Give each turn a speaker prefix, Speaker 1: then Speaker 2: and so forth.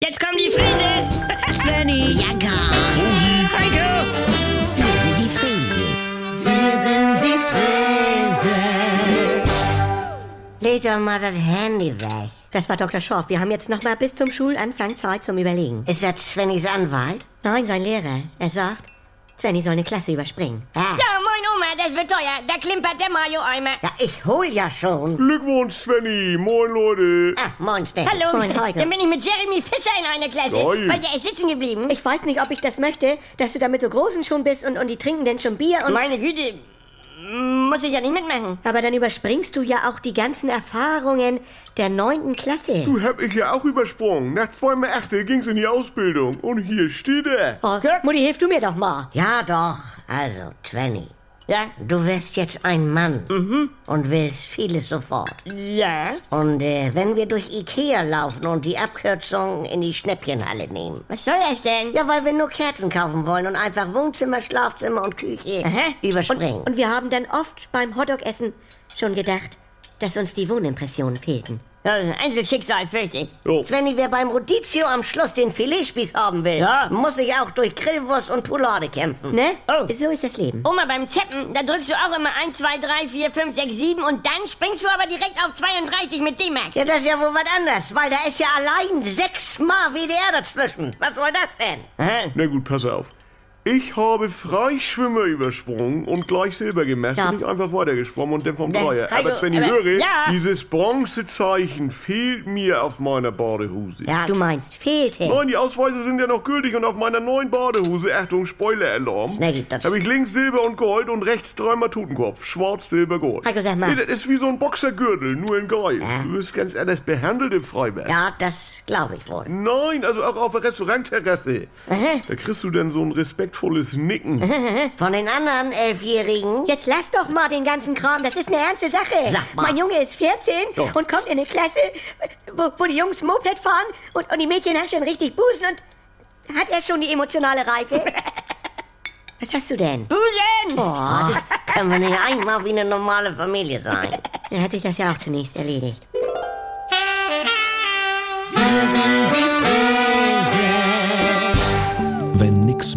Speaker 1: doch mal das Handy weg.
Speaker 2: Das war Dr. Schorf. Wir haben jetzt noch mal bis zum Schulanfang Zeit zum Überlegen.
Speaker 1: Ist das Svennys Anwalt?
Speaker 2: Nein, sein Lehrer. Er sagt, Svenny soll eine Klasse überspringen.
Speaker 1: Ah,
Speaker 3: Ja, moin Oma, das wird teuer. Da klimpert der Mario einmal.
Speaker 1: ja, ich hol ja schon.
Speaker 4: Glückwunsch, Svenny. Moin, Leute.
Speaker 1: Ah, moin, Sven.
Speaker 3: Hallo,
Speaker 2: Moin, Heike.
Speaker 3: dann bin ich mit Jeremy Fischer in einer Klasse,
Speaker 4: Nein.
Speaker 3: weil der ist sitzen geblieben.
Speaker 2: Ich weiß nicht, ob ich das möchte, dass du da mit so Großen schon bist und, und die trinken denn schon Bier und...
Speaker 3: Meine Güte, muss ich ja nicht mitmachen.
Speaker 2: Aber dann überspringst du ja auch die ganzen Erfahrungen der neunten Klasse.
Speaker 4: Du hab ich ja auch übersprungen. Nach zweimal Achte ging's in die Ausbildung. Und hier steht er.
Speaker 2: Oh,
Speaker 3: Ja.
Speaker 2: Mutti, hilf du mir doch mal.
Speaker 1: Ja, doch. Also, Svenny,
Speaker 3: Ja,
Speaker 1: du wirst jetzt ein Mann. Und willst vieles sofort.
Speaker 3: ja.
Speaker 1: Und äh, wenn wir durch Ikea laufen und die Abkürzung in die Schnäppchenhalle nehmen.
Speaker 3: Was soll das denn?
Speaker 1: Ja, weil wir nur Kerzen kaufen wollen und einfach Wohnzimmer, Schlafzimmer und Küche
Speaker 3: Aha.
Speaker 1: überspringen.
Speaker 2: Und wir haben dann oft beim Hotdog-Essen schon gedacht, dass uns die Wohnimpressionen fehlten.
Speaker 3: Also, Einzelschicksal, fürchte ich.
Speaker 4: Oh.
Speaker 1: Svenny, wer beim Rodizio am Schluss den Filetspieß haben will,
Speaker 3: Ja.
Speaker 1: muss sich auch durch Grillwurst und Poulade kämpfen.
Speaker 2: Ne?
Speaker 3: Oh.
Speaker 2: So ist das Leben.
Speaker 3: Oma, beim Zeppen, da drückst du auch immer 1, 2, 3, 4, 5, 6, 7 und dann springst du aber direkt auf 32 mit D-Max.
Speaker 1: Ja, das ist ja wohl was anderes, weil da ist ja allein sechsmal WDR dazwischen. Was soll das denn?
Speaker 3: Aha.
Speaker 4: Na gut, pass auf. Ich habe Freischwimmer übersprungen und gleich Silber gemacht.
Speaker 2: Ja.
Speaker 4: Bin ich einfach weitergeschwommen und dann vom
Speaker 3: Ja,
Speaker 4: Dreier.
Speaker 3: Heiko,
Speaker 4: Aber Svenny,
Speaker 3: aber-
Speaker 4: höre,
Speaker 3: Ja.
Speaker 4: dieses Bronzezeichen fehlt mir auf meiner Badehose.
Speaker 1: Ja,
Speaker 2: Du meinst, fehlte.
Speaker 4: Nein, die Ausweise sind ja noch gültig und auf meiner neuen Badehose, Achtung, Spoiler-Alarm,
Speaker 1: Na, gibt das.
Speaker 4: habe ich links Silber und Gold und rechts dreimal Totenkopf. Schwarz, Silber, Gold.
Speaker 2: Heiko, sag mal.
Speaker 4: Nee, das ist wie so ein Boxergürtel, nur in Geil. Du wirst ganz anders behandelt im Freibad.
Speaker 1: ja das glaube ich wohl.
Speaker 4: Nein, also auch auf der Restaurantterrasse. Da kriegst du dann so ein respektvolles Nicken.
Speaker 1: Von den anderen Elfjährigen?
Speaker 2: Jetzt lass doch mal den ganzen Kram, das ist eine ernste Sache.
Speaker 1: Sag mal.
Speaker 2: Mein Junge ist 14
Speaker 4: Ja.
Speaker 2: und kommt in eine Klasse, wo, wo die Jungs Moped fahren und, und die Mädchen haben schon richtig Busen und hat er schon die emotionale Reife? Was hast du denn?
Speaker 3: Busen!
Speaker 1: Boah, können wir nicht einmal wie eine normale Familie sein?
Speaker 2: Dann hat sich das ja auch zunächst erledigt.
Speaker 5: Wenn nix